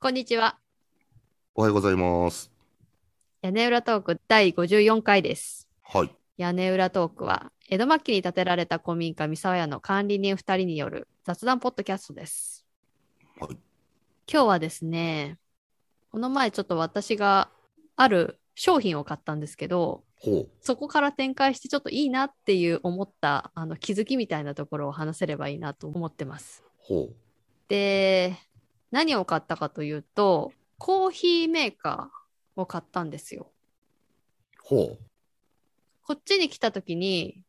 こんにちは。おはようございます。屋根裏トーク第54回です。はい。屋根裏トークは、江戸末期に建てられた古民家三沢屋の管理人2人による雑談ポッドキャストです。はい。今日はですね、この前ちょっと私がある商品を買ったんですけど、ほそこから展開してちょっといいなっていう思ったあの気づきみたいなところを話せればいいなと思ってます。う。ほで、何を買ったかというと、コーヒーメーカーを買ったんですよ。う。ほこっちに来た時に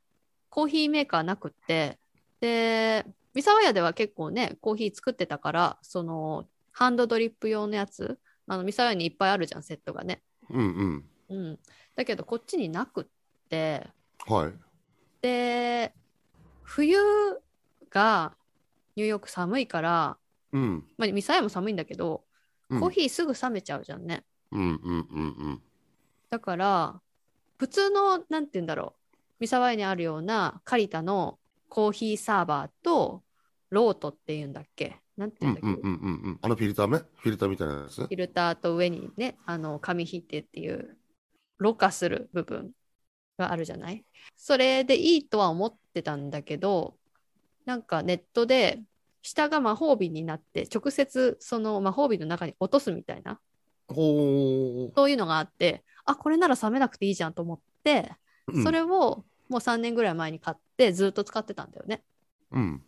コーヒーメーカーなくってで三沢屋では結構ねコーヒー作ってたからそのハンドドリップ用のやつあの三沢屋にいっぱいあるじゃんセットがね、う。うんうん、だけどこっちになくってうん。はい。で冬がニューヨーク寒いから、うん。まあ、三沢屋も寒いんだけどうんコーヒーすぐ冷めちゃうじゃんね、うんうんうんだから普通のなんて言うんだろう三沢屋にあるようなカリタのコーヒーサーバーとロートっていうんだっけなんてうん。う言うんだっんうけ、んうんうんうん。あのフィルターね。フィルターみたいなやつねフィ。ルターと上にねあの紙引いてっていうろ過する部分があるじゃないそれでいいとは思ってたんだけどなんかネットで下が魔法瓶になって直接その魔法瓶の中に落とすみたいなほそういうのがあってあこれなら冷めなくていいじゃんと思ってう。それをもう3年ぐらい前に買ってずっと使ってたんだよね。うん。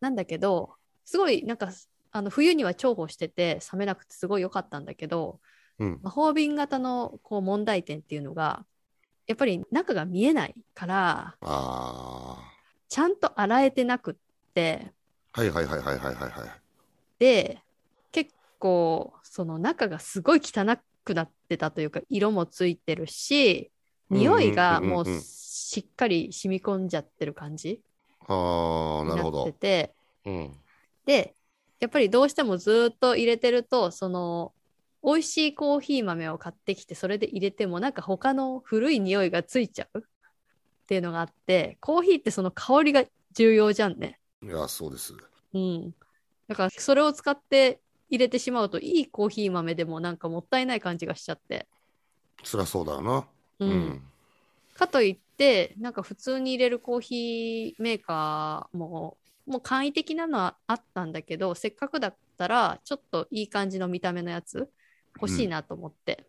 なんだけどすごいなんかあの冬には重宝してて冷めなくてすごい良かったんだけどうん。魔法瓶型のこう問題点っていうのがやっぱり中が見えないからあちゃんと洗えてなくってあ。はいはいはいはいはいはいはい。で結構その中がすごい汚くなってたというか色もついてるし匂いがもううんうんうんうんしっかり染み込んじゃってる感じああ、になるなほってど。て。うん。でやっぱりどうしてもずーっと入れてるとその美味しいコーヒー豆を買ってきてそれで入れてもなんか他の古い匂いがついちゃうっていうのがあってコーヒーってその香りが重要じゃんね。いや、そうです。うん、だからそれを使って入れてしまうといいコーヒー豆でもなんかもったいない感じがしちゃって。辛そうだよな。うん。かといってなんか普通に入れるコーヒーメーカーももう簡易的なのはあったんだけどせっかくだったらちょっといい感じの見た目のやつ欲しいなと思って、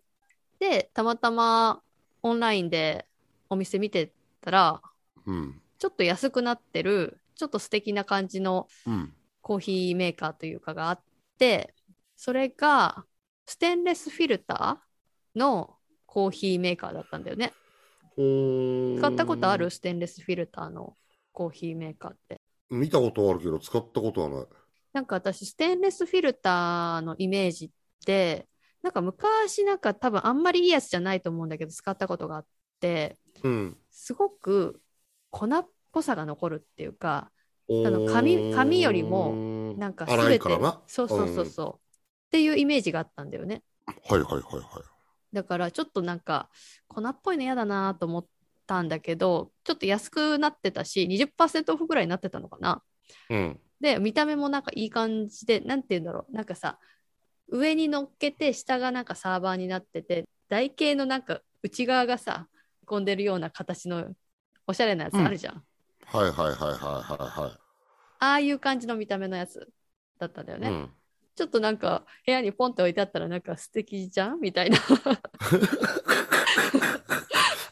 でたまたまオンラインでお店見てたらうん。ちょっと安くなってるちょっと素敵な感じのうん。コーヒーメーカーというかがあってそれがステンレスフィルターのコーヒーメーカーだったんだよね。ほ使ったことあるステンレスフィルターのコーヒーメーカーって。見たことはあるけど、使ったことはない。なんか私、ステンレスフィルターのイメージって、なんか昔なんか多分あんまりいいやつじゃないと思うんだけど、使ったことがあって、うん。すごく粉っぽさが残るっていうか、あの紙紙よりも、なんか全粗ていからな。そうそうそうそう、っていうイメージがあったんだよね。はいはいはいはい。だからちょっとなんか粉っぽいの嫌だなと思ったんだけど、ちょっと安くなってたし、20%オフぐらいになってたのかな。うん。で見た目もなんかいい感じでなんて言うんだろうなんかさ上に乗っけて下がなんかサーバーになってて台形のなんか内側がさ込んでるような形のおしゃれなやつあるじゃん、あはいはいはいはいはいはあいう感じの見た目のやつだったんだよい。ね、うん。ちょっとなんか部屋にポンって置いてあったらなんか素敵じゃんみたいない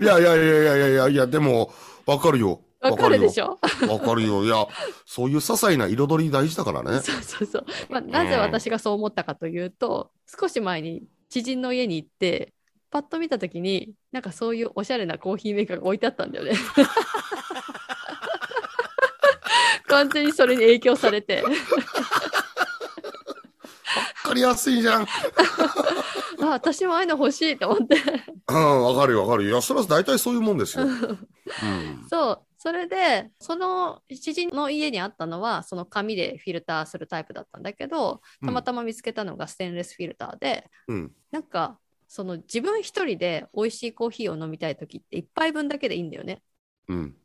やいやいやいやいやいやいや、でも、わかるよ。わかるでしょ。ょわかるよ。いや、そういう些細な彩り大事だから ね。そうそうそう、まあ、なぜ私がそう思ったかというと、少し前に知人の家に行ってパッと見た時になんかそういうおしゃれなコーヒーメーカーが置いてあったんだよね完全にそれに影響されてわかりやすいじゃん。あ私もああいうの欲しいと思ってうん、わかるよわかるよ。いや、それは大体そういうもんですよ。うん。そうそれでその知人の家にあったのはその紙でフィルターするタイプだったんだけどたまたま見つけたのがステンレスフィルターで、うん。なんかその自分一人で美味しいコーヒーを飲みたい時って一杯分だけでいいんだよね。うん。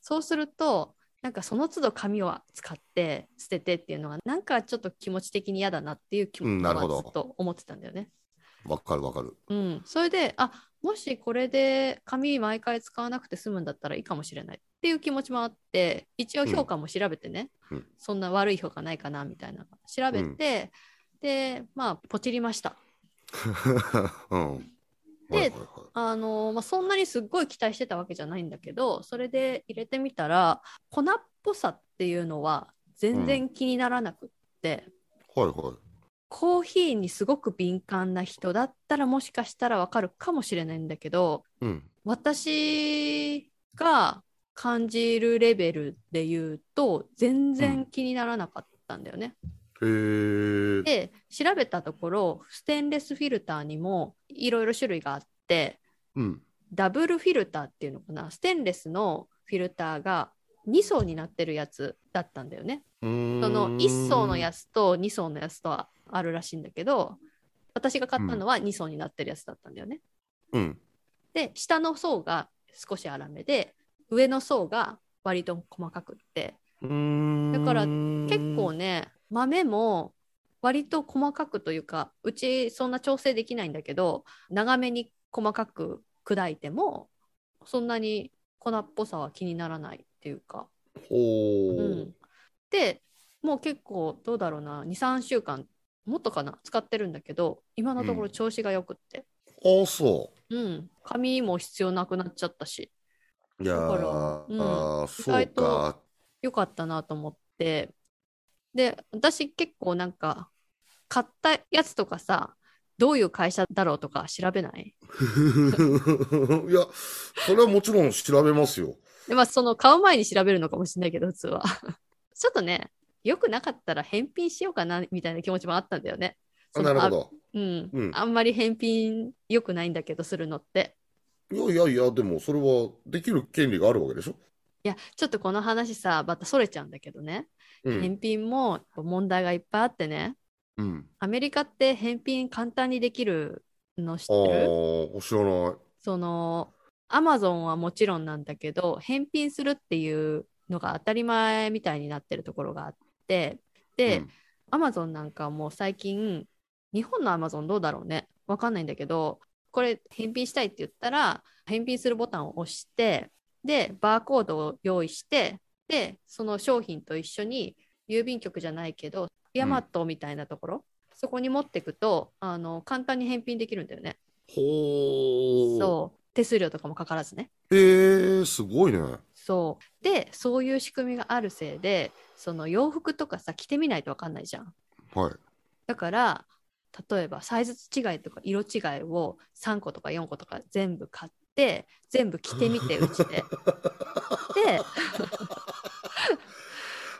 そうするとなんかその都度紙を使って捨ててっていうのがなんかちょっと気持ち的に嫌だなっていう気うん持ちなるはほどずっと思ってたんだよね。わかるわかる。 うん、それであもしこれで紙毎回使わなくて済むんだったらいいかもしれないっていう気持ちもあって一応評価も調べてね、うんそんな悪い評価ないかなみたいなの調べて、でまあポチりました。うん。ではいはいはいあのまあ、そんなにすっごい期待してたわけじゃないんだけどそれで入れてみたら粉っぽさっていうのは全然気にならなくって、はいはい。コーヒーにすごく敏感な人だったらもしかしたらわかるかもしれないんだけどうん。私が感じるレベルで言うと全然気にならなかったんだよね。へえ。で調べたところステンレスフィルターにもいろいろ種類があってうん。ダブルフィルターっていうのかなステンレスのフィルターが2層になってるやつだったんだよね。そその1層のやつ。つと2層のやつとはあるらしいんだけど私が買ったのは2層になってるやつだったんだよね。うん。で下の層が少し粗めで上の層が割と細かくってうーんだから結構。ね豆も割と細かくというかうちそんな調整できないんだけど長めに細かく砕いてもそんなに粉っぽさは気にならないっていうか。ほう、うんでもう結構どうだろうな23週間もっとかな使ってるんだけど今のとこうろん調子がよくって、ああ、そうん、紙も必要なくなっちゃったしう。いやだからー、うんあー意そう外とか。良かったなと思ってで私結構なんか買ったやつとかさどういう会社だろうとか調べない いや、それはもちろん調べますよ。でまあその買う前に調べるのかもしれないけど普通は ちょっとね良くなかったら返品しようかなみたいな気持ちもあったんだよねあなるほど。うん、うんあんまり返品良くないんだけどするのっていやいやいや、でもそれはできる権利があるわけでしょ。いやちょっとこの話さまたそれちゃうんだけどね、うん。返品も問題がいっぱいあってねうん、アメリカって返品簡単にできるの知っあてるあ、知らない。そのアマゾンはもちろんなんだけど返品するっていうのが当たり前みたいになってるところがあってで、うんアマゾンなんかもう最近日本のアマゾンどうだろうねわかんないんだけどこれ返品したいって言ったら返品するボタンを押してでバーコードを用意してでその商品と一緒に郵便局じゃないけどヤマトみたいなところ、そこに持ってくとあの簡単に返品できるんだよねほー。そう手数料とかもかからずねえー、すごいね。そうでそういう仕組みがあるせいでその洋服とかさ着てみないとわかんないじゃんはい。だから例えばサイズ違いとか色違いを3個とか4個とか全部買って全部着てみてうちで。でで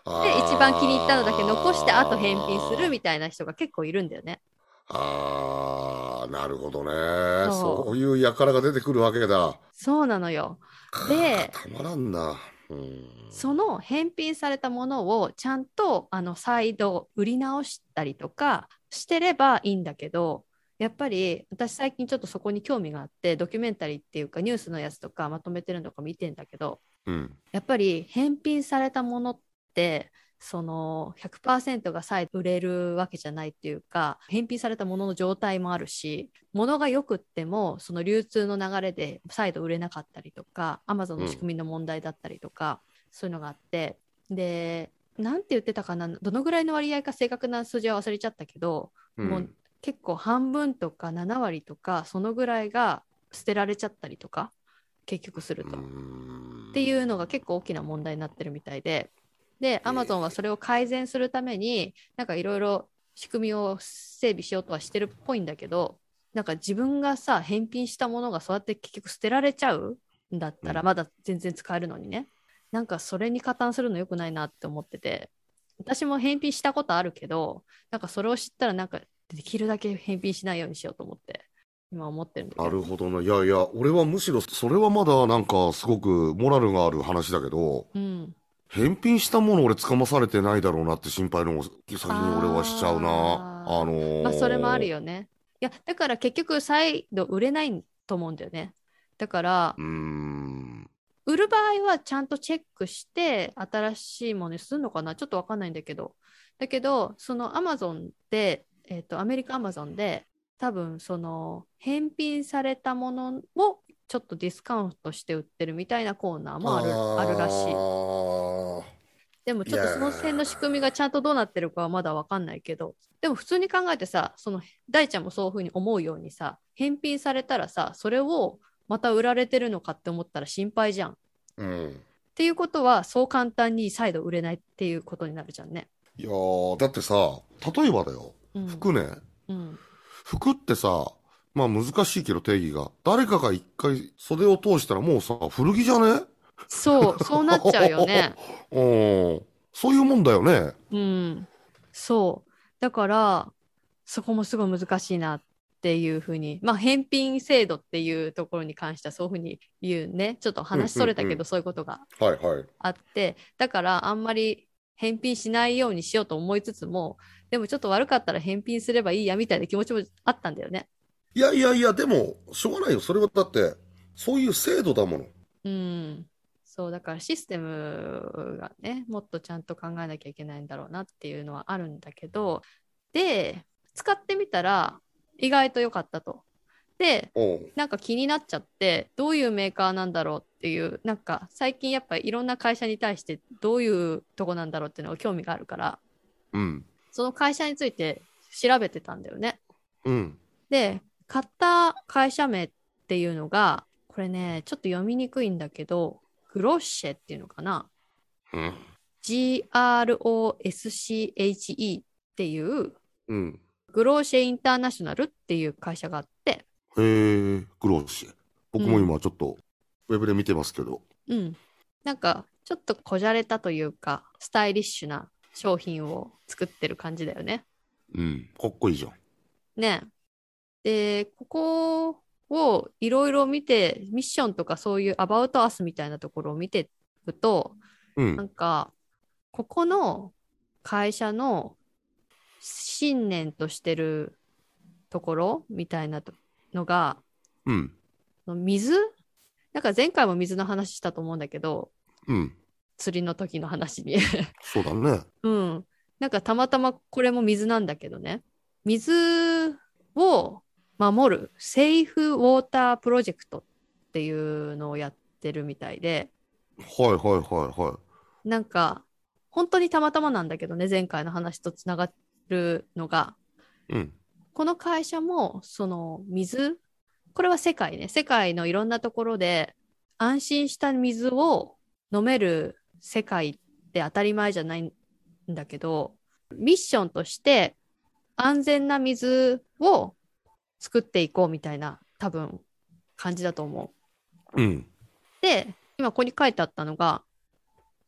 あー一番気に入ったのだけ残してあと返品するみたいな人が結構いるんだよね。ああ、なるほどね。そうそういう輩が出てくるわけだ。そうなのよ。でたまらんな。うん。その返品されたものをちゃんとあの再度売り直したりとかしてればいいんだけどやっぱり私最近ちょっとそこに興味があってドキュメンタリーっていうかニュースのやつとかまとめてるのとか見てんだけどうん。やっぱり返品されたものってその100%がさえ売れるわけじゃないっていうか返品されたものの状態もあるし物が良くってもその流通の流れで再度売れなかったりとか Amazon の仕組みの問題だったりとか、そういうのがあってでなんて言ってたかなどのぐらいの割合か正確な数字は忘れちゃったけど、うんもう結構半分とか7割とかそのぐらいが捨てられちゃったりとか結局すると。うんっていうのが結構大きな問題になってるみたいで、で、アマゾンはそれを改善するために、なんかいろいろ仕組みを整備しようとはしてるっぽいんだけど、なんか自分がさ、返品したものがそうやって結局捨てられちゃうんだったら、うんまだ全然使えるのにね、なんかそれに加担するの良くないなって思ってて、私も返品したことあるけど、なんかそれを知ったら、なんかできるだけ返品しないようにしようと思って、今思ってるんだけど。なるほどね。いやいや、俺はむしろ、それはまだなんかすごくモラルがある話だけど、うん、返品したもの俺掴まされてないだろうなって心配の先に俺はしちゃうな。あーあのーまあそれもあるよね。いやだから結局再度売れないと思うんだよね。だからうーん。売る場合はちゃんとチェックして新しいものにするのかなちょっとわかんないんだけどだけどそのアマゾンで、えっとアメリカアマゾンで多分その返品されたものをちょっとディスカウントして売ってるみたいなコーナーもあるあるらしい。い。でもちょっとその辺の仕組みがちゃんとどうなってるかはまだわかんないけど、でも普通に考えてさ、その大ちゃんもそういうふうに思うようにさ、返品されたらさ、それをまた売られてるのかって思ったら心配じゃん。っうん。ていうことは、そう簡単に再度売れないっていうことになるじゃんね。いやーだってさ、例えばだよ。うん、服ね。うん、服ってさ、まあ難しいけど定義が。誰かが一回袖を通したらもうさ、古着じゃねそう、そうなっちゃうよ ね。うん。そういうもんだよね。うん、そう。だから、そこもすごい難しいなっていうふうに、まあ、返品制度っていうところに関してはそういうふうに言うね。ちょっと話それたうんけうんうど、そういうことがはいはい。あって、だからあんまり返品しないようにしようと思いつつも、でもちょっと悪かったら返品すればいいやみたいな気持ちもあったんだよね。いやいやいや、でも、しょうがないよ。それはだって、そういう制度だもの。うん。そう、だからシステムがね、もっとちゃんと考えなきゃいけないんだろうなっていうのはあるんだけど、で、使ってみたら意外と良かったと。で、うん。なんか気になっちゃってどういうメーカーなんだろうっていうなんか最近やっぱりいろんな会社に対してどういうとこなんだろうっていうのが興味があるからうん。その会社について調べてたんだよね。うん。で、買った会社名っていうのが、これね、ちょっと読みにくいんだけど、グロッシェっていうのかなうん。 ?GROSCHE っていう、うん。グロッシェインターナショナルっていう会社があって、へー、苦労し。僕も今ちょっと、ウェブで見てますけど。うん。なんか、ちょっとこじゃれたというか、スタイリッシュな商品を作ってる感じだよね。うん。かっこいいじゃん。ね。で、ここをいろいろ見て、ミッションとかそういうアバウトアスみたいなところを見ていくと、うなんん。か、ここの会社の信念としてるところみたいなとのが、うん。水なんか前回も水の話したと思うんだけど、うん。釣りの時の話に。そうだね。 うん。なんかたまたまこれも水なんだけどね。水を守るセーフウォータープロジェクトっていうのをやってるみたいで、はいはいはいはい。なんか本当にたまたまなんだけどね、前回の話とつながるのが、うん。この会社もその水、これは世界ね、世界のいろんなところで安心した水を飲める世界って当たり前じゃないんだけど、ミッションとして安全な水を作っていこうみたいな多分感じだと思う。うん。で、今ここに書いてあったのが、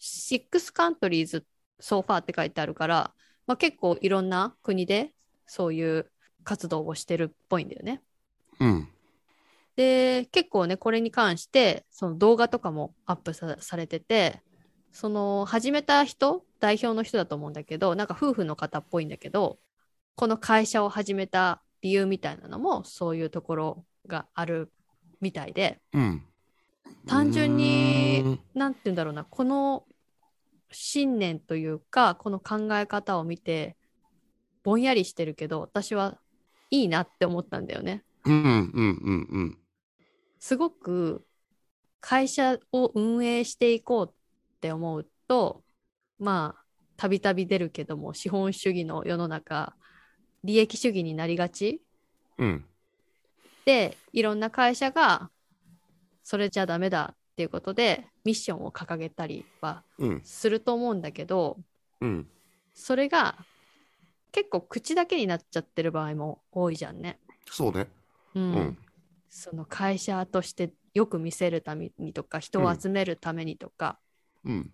Six Countries So Far って書いてあるから、まあ、結構いろんな国でそういう活動をしてるっぽいんだよね。うん。で、結構ね、これに関して、その動画とかもアップさされてて、その始めた人、代表の人だと思うんだけど、なんか夫婦の方っぽいんだけど、この会社を始めた理由みたいなのも、そういうところがあるみたいで、うん。単純にうーん。なんて言うんだろうな、この信念というか、この考え方を見て、ぼんやりしてるけど、私はいいなって思ったんだよね。うんうんうんうん。すごく会社を運営していこうって思うと、まあ、たびたび出るけども、資本主義の世の中、利益主義になりがちうん。で、いろんな会社が、それじゃダメだっていうことで、ミッションを掲げたりはうん。すると思うんだけど、うん。それが結構口だけになっちゃってる場合も多いじゃんね。そうね。うんうん。その会社としてよく見せるためにとか人を集めるためにとか、うん。っ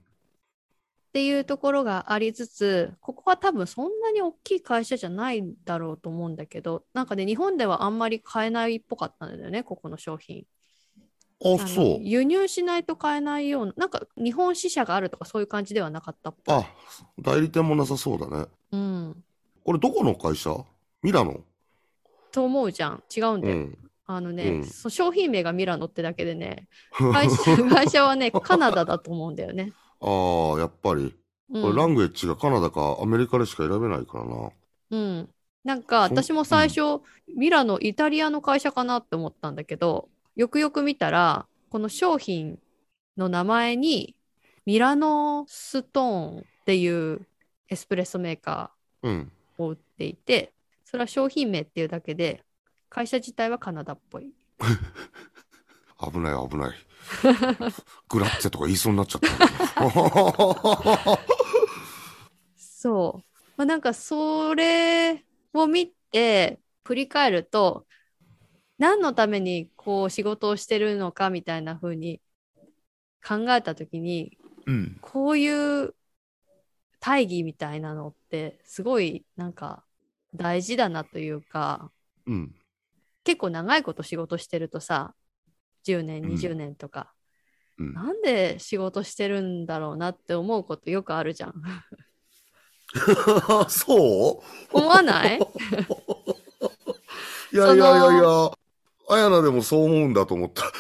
ていうところがありつつここは多分そんなに大きい会社じゃないんだろうと思うんだけどなんかね日本ではあんまり買えないっぽかったんだよねここの商品ああ、のそう。輸入しないと買えないようななんか日本支社があるとかそういう感じではなかったっぽい、あ、代理店もなさそうだね。うん、これどこの会社ミラノと思うじゃん違うんだうよ、ん。あのね、うんそう商品名がミラノってだけでね、会社会社はね、カナダだと思うんだよね。 ああ、やっぱり。うこれんラングエッジがカナダかアメリカでしか選べないからな。うん、なんかそ私も最初、ミラノイタリアの会社かなって思ったんだけどよくよく見たらこの商品の名前にミラノストーンっていうエスプレッソメーカうん。ーを売っていてそれは商品名っていうだけで会社自体はカナダっぽい。危ない危ない。 グラッチェとか言いそうになっちゃ った。そう。まあ、なんかそれを見て振り返ると何のためにこう仕事をしてるのかみたいな風に考えた時にうん。こういう大義みたいなのってすごいなんか大事だなというかうん。結構長いこと仕事してるとさ10年うん20年とか、うん。なんで仕事してるんだろうなって思うことよくあるじゃん そ思わないういやいやいやいや、あやなでもそう思うんだと思った。いや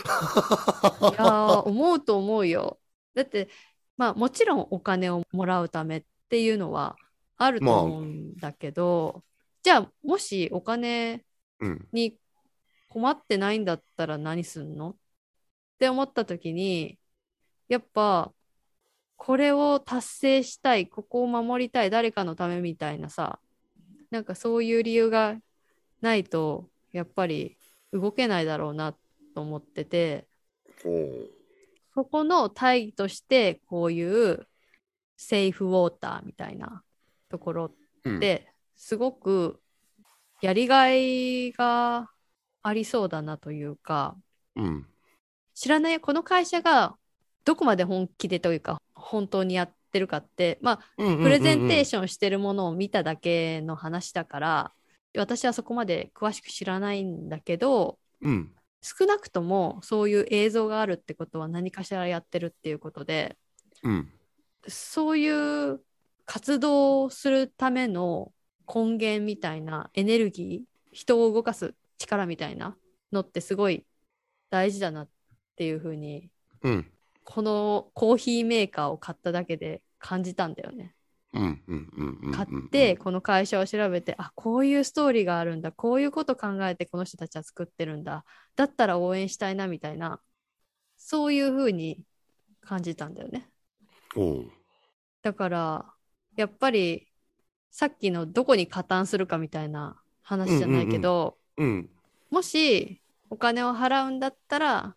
ー思うと思うよ。だってまあもちろんお金をもらうためっていうのはあると思うんだけど、じゃあもしお金うん。に困ってないんだったら何すんのって思った時にやっぱこれを達成したいここを守りたい誰かのためみたいなさなんかそういう理由がないとやっぱり動けないだろうなと思ってて。おうそこの対義としてこういうセーフウォーターみたいなところうんってすごくやりがいがありそうだなというかうん。知らないこの会社がどこまで本気でというか本当にやってるかってまあププレゼンテーションしてるものを見ただけの話だから私はそこまで詳しく知らないんだけどョン。うん。少なくともそういう映像があるってことは何かしらやってるっていうことでうん。そういう活動をするための根源みたいなエネルギー人を動かす力みたいなのってすごい大事だなっていうふうにうん。このコーヒーメーカーを買っただけで感じたんだよね。うん。うん。うん。うん買って、この会社を調べてあこういうストーリーがあるんだこういうこと考えてこの人たちは作ってるんだだったら応援したいなみたいなそういうふうに感じたんだよね。おうだからやっぱりさっきのどこに加担するかみたいな話じゃないけど、うん。もしお金を払うんだったら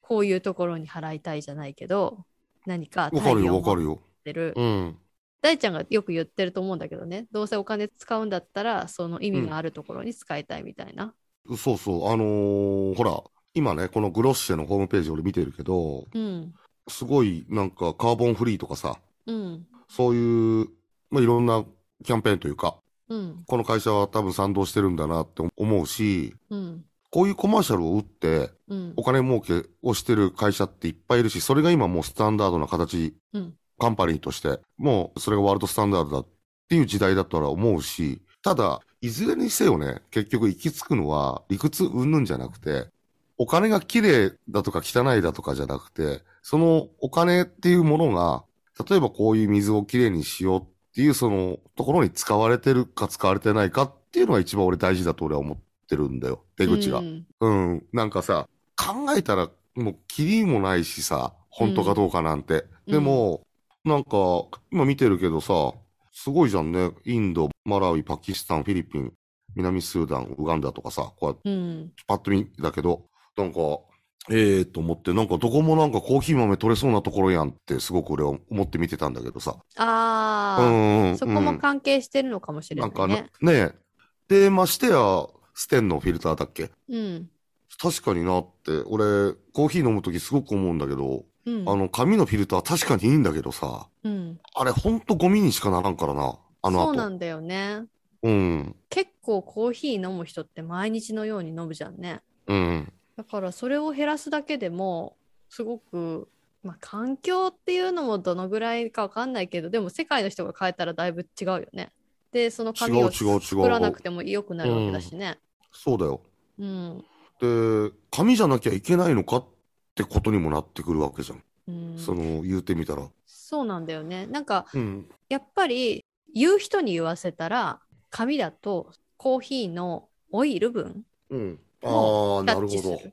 こういうところに払いたいじゃないけど何かわかるよ、わかっるよ。てるうん。大ちゃんがよく言ってると思うんだけどねどうせお金使うんだったらその意味があるところに使いたいみたいな。そうそう。あのーほら、今ね、このグロッシェのホームページ俺見てるけど、うん、すごいなんかカーボンフリーとかさ、うん、そういう、まあ、いろんなキャンペーンというか、うん、この会社は多分賛同してるんだなって思うし、うん、こういうコマーシャルを打って、うんお、金儲けをしてる会社っていっぱいいるし、それが今もうスタンダードな形、うん、カンパニーとして、もうそれがワールドスタンダードだっていう時代だとは思うし、ただ、いずれにせよね、結局行き着くのは理屈云々じゃなくて、お金が綺麗だとか汚いだとかじゃなくて、そのお金っていうものが、例えばこういう水をきれいにしようっていうそのところに使われてるか使われてないかっていうのが一番俺大事だと俺は思ってるんだよ、出口が。うん、うん、なんかさ、考えたらもうキリもないしさ、本当かどうかなんて。うんでも、なんか、今見てるけどさ、すごいじゃんね。インド、マラウイ、パキスタン、フィリピン、南スーダン、ウガンダとかさ、こうやってうん、パッと見だけど、なんか、ええー、と思って、なんかどこもなんかコーヒー豆取れそうなところやんってすごく俺は思って見てたんだけどさ。あうあ、んうんうん、そこも関係してるのかもしれなないんかねね。。ねえ。で、ましてや、ステンのフィルターだっけうん。確かになって、俺、コーヒー飲むときすごく思うんだけど、うん。あの、紙のフィルター確かにいいんだけどさ、うん、あれほんとゴミにしかならんからな、あの後。そうなんだよね。うん。結構コーヒー飲む人って毎日のように飲むじゃんね。うん。だからそれを減らすだけでもすごく、まあ、環境っていうのもどのぐらいかわかんないけどでも世界の人が変えたらだいぶ違うよね。でその紙違うを違う違う作らなくても良くなるわけだしね。そうだよ。うん、で、で、紙じゃなきゃいけないのかってことにもなってくるわけじゃん。うん、その、言うてみたら。そうなんだよね。なんかうん。やっぱり言う人に言わせたら紙だとコーヒーのオイル分うん。あもあ、キャッなるチすほるど。。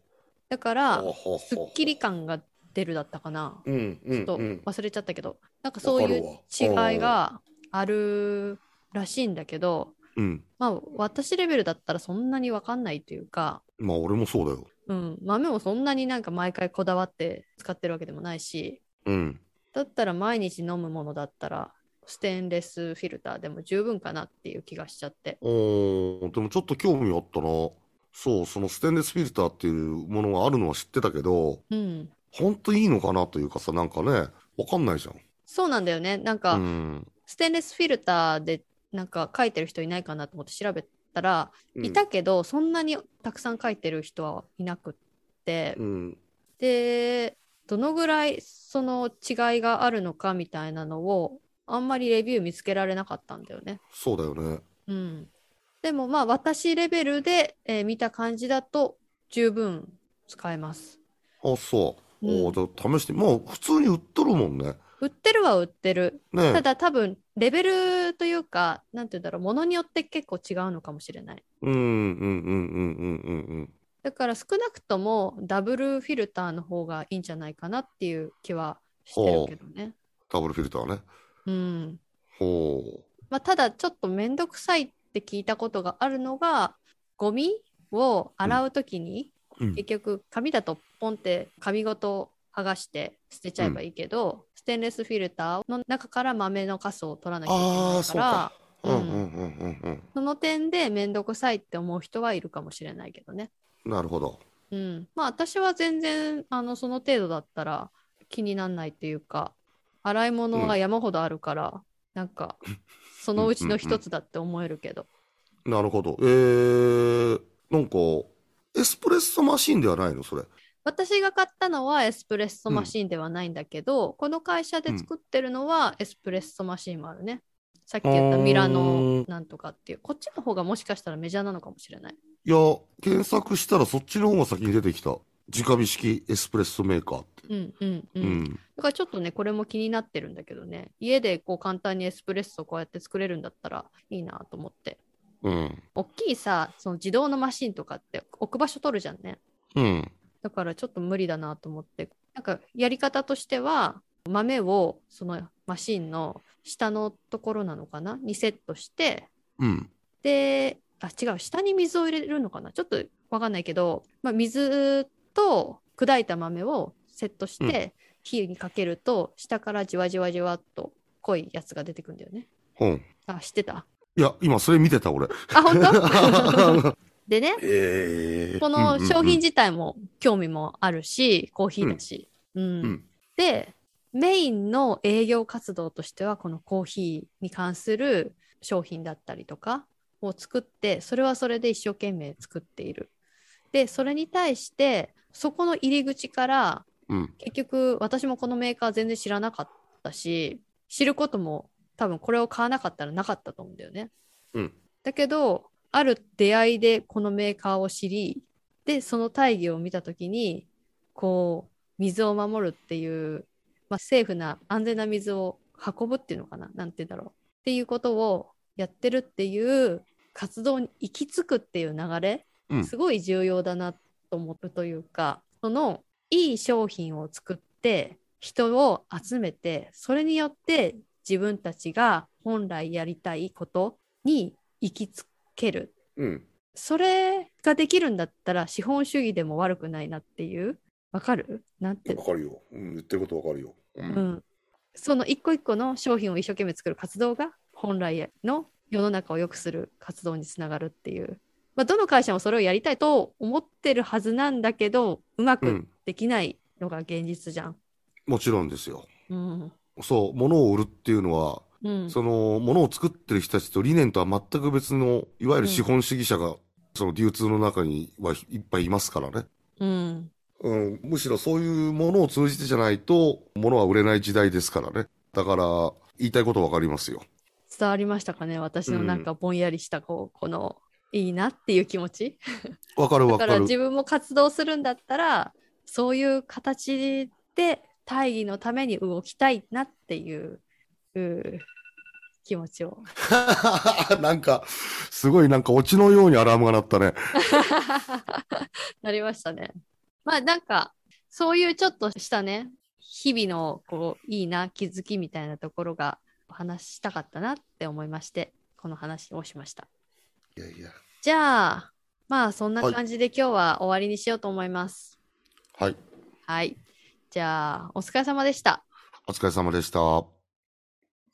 だかあらははすっきり感が出るだったかな。うん、うちょんっとうん。忘れちゃったけど、なんかそういうわか違るわいがあるらしいんだけど、うん。まあ私レベルだったらそんなにわかんないというか、まあ、俺もそうだよ。うん、豆もそんなになんか毎回こだわって使ってるわけでもないし、うん。だったら毎日飲むものだったらステンレスフィルターでも十分かなっていう気がしちゃって。おーでもちょっと興味あったな。そう、そのステンレスフィルターっていうものがあるのは知ってたけど、うん。ほんといいのかなというかさ、なんかね、わかんないじゃそうなんだよね。なんか、ん。うん。ステンレスフィルターでなんか書いてる人いないかなと思って調べたら、うんいたけど、そんなにたくさん書いてる人はいなくって、うん。でどのぐらいその違いがあるのかみたいなのをあんまりレビュー見つけられなかったんだよね。そうだよね。うん、でもまあ私レベルで、えー見た感じだと十分使えます。あ、そう。うんおーじゃあ試して、もう普通に売っとるもんね。売ってるは売ってる。ねただ多分レベルというかなんて言うんだろうものによって結構違うのかもしれない。うん、うん、うん、うん、うん、うん、だから少なくともダブルフィルターの方がいいんじゃないかなっていう気はしてるけどね。ダブルフィルターね。うんほまあ、ただちょっと面倒くさいって聞いたことがあるのがゴミを洗うときに、う。うん結局紙だとポンって紙ごと剥がして捨てちゃえばいいけど、ステンレスフィルターの中から豆のカスを取らなきゃいけあないあ、かそうらか。うん、ううんん、うん、うん、その点で面倒くさいって思う人はいるかもしれないけどね。うん。なるほど。うん、まあ私は全然あのその程度だったら気になんないっていうか洗い物が山ほどあるから、なん かそのうちの一つだって思えるけど。なるほど。えー、なんか、エスプレッソマシンではないのそれ。私が買ったのはエスプレッソマシンではないんだけど、この会社で作ってるのはエスプレッソマシンもあるね。さっき言ったミラノなんとかっていう、こっちの方がもしかしたらメジャーなのかもしれない。いや、検索したらそっちの方が先に出てきた。直火式エスプレッソメーカーって。うんうんうん。うん。だからちょっとね、これも気になってるんだけどね、家でこう簡単にエスプレッソこうやって作れるんだったらいいなと思って。うん。大きいさ、その自動のマシンとかって置く場所取るじゃんね。うん。だからちょっと無理だなと思ってなんかやり方としては豆をそのマシンの下のところなのかなにセットしてうん。であ違う下に水を入れるのかなちょっとわかんないけど、まあ、水と砕いた豆をセットして火にかけると下からじわじわじわっと濃いやつが出てくるんだよね。うん。あ知ってたいや、今それ見てた、俺。あ本当 でねええこの商品自体も興味もあるし、コーヒーだし。うんうんで、メインの営業活動としては、このコーヒーに関する商品だったりとかを作って、それはそれで一生懸命作っている。で、それに対して、そこの入り口から、うん。結局私もこのメーカー全然知らなかったし知ることも多分これを買わなかったらなかったと思うんだよね。うんだけどある出会いでこのメーカーを知りでその大義を見た時にこう水を守るっていう、まあ、セーフな安全な水を運ぶっていうのかななんて言うんだろうっていうことをやってるっていう活動に行き着くっていう流れ、うんすごい重要だなと思うというかそのいい商品を作って人を集めてそれによって自分たちが本来やりたいことに行きつけるうん。それができるんだったら資本主義でも悪くないなっていうわかるなんてわかるよ。うん、言ってることわかるよ。うう。ん、その一個一個の商品を一生懸命作る活動が本来の世の中を良くする活動につながるっていう、まあ、どの会社もそれをやりたいと思ってるはずなんだけどうまうくん。できないのが現実じゃん。もちろんですよ。うんそう、物を売るっていうのは、うん、その、物を作ってる人たちと理念とは全く別の、いわゆる資本主義者が、その流通の中にはいっぱいいますからね。うんうん、むしろそういうものを通じてじゃないと、物は売れない時代ですからね。だから、言いたいことわかりますよ。伝わりましたかね私のなんかぼんやりしたこうこのいいなっていう気持ちわかるわだかからる。自分も活動するんだったらそういう形で大義のために動きたいなっていうう気持ちを なんか、すごいなんかオチのようにアラームが鳴ったね。なりましたね。まあなんかそういうちょっとしたね日々のこういいな気づきみたいなところが話したかったなって思いましてこの話をしました。いやいや。じゃあまあそんなはい感じで今日は終わりにしようと思います。はい。はい、じゃあお疲れ様でした。お疲れ様でした。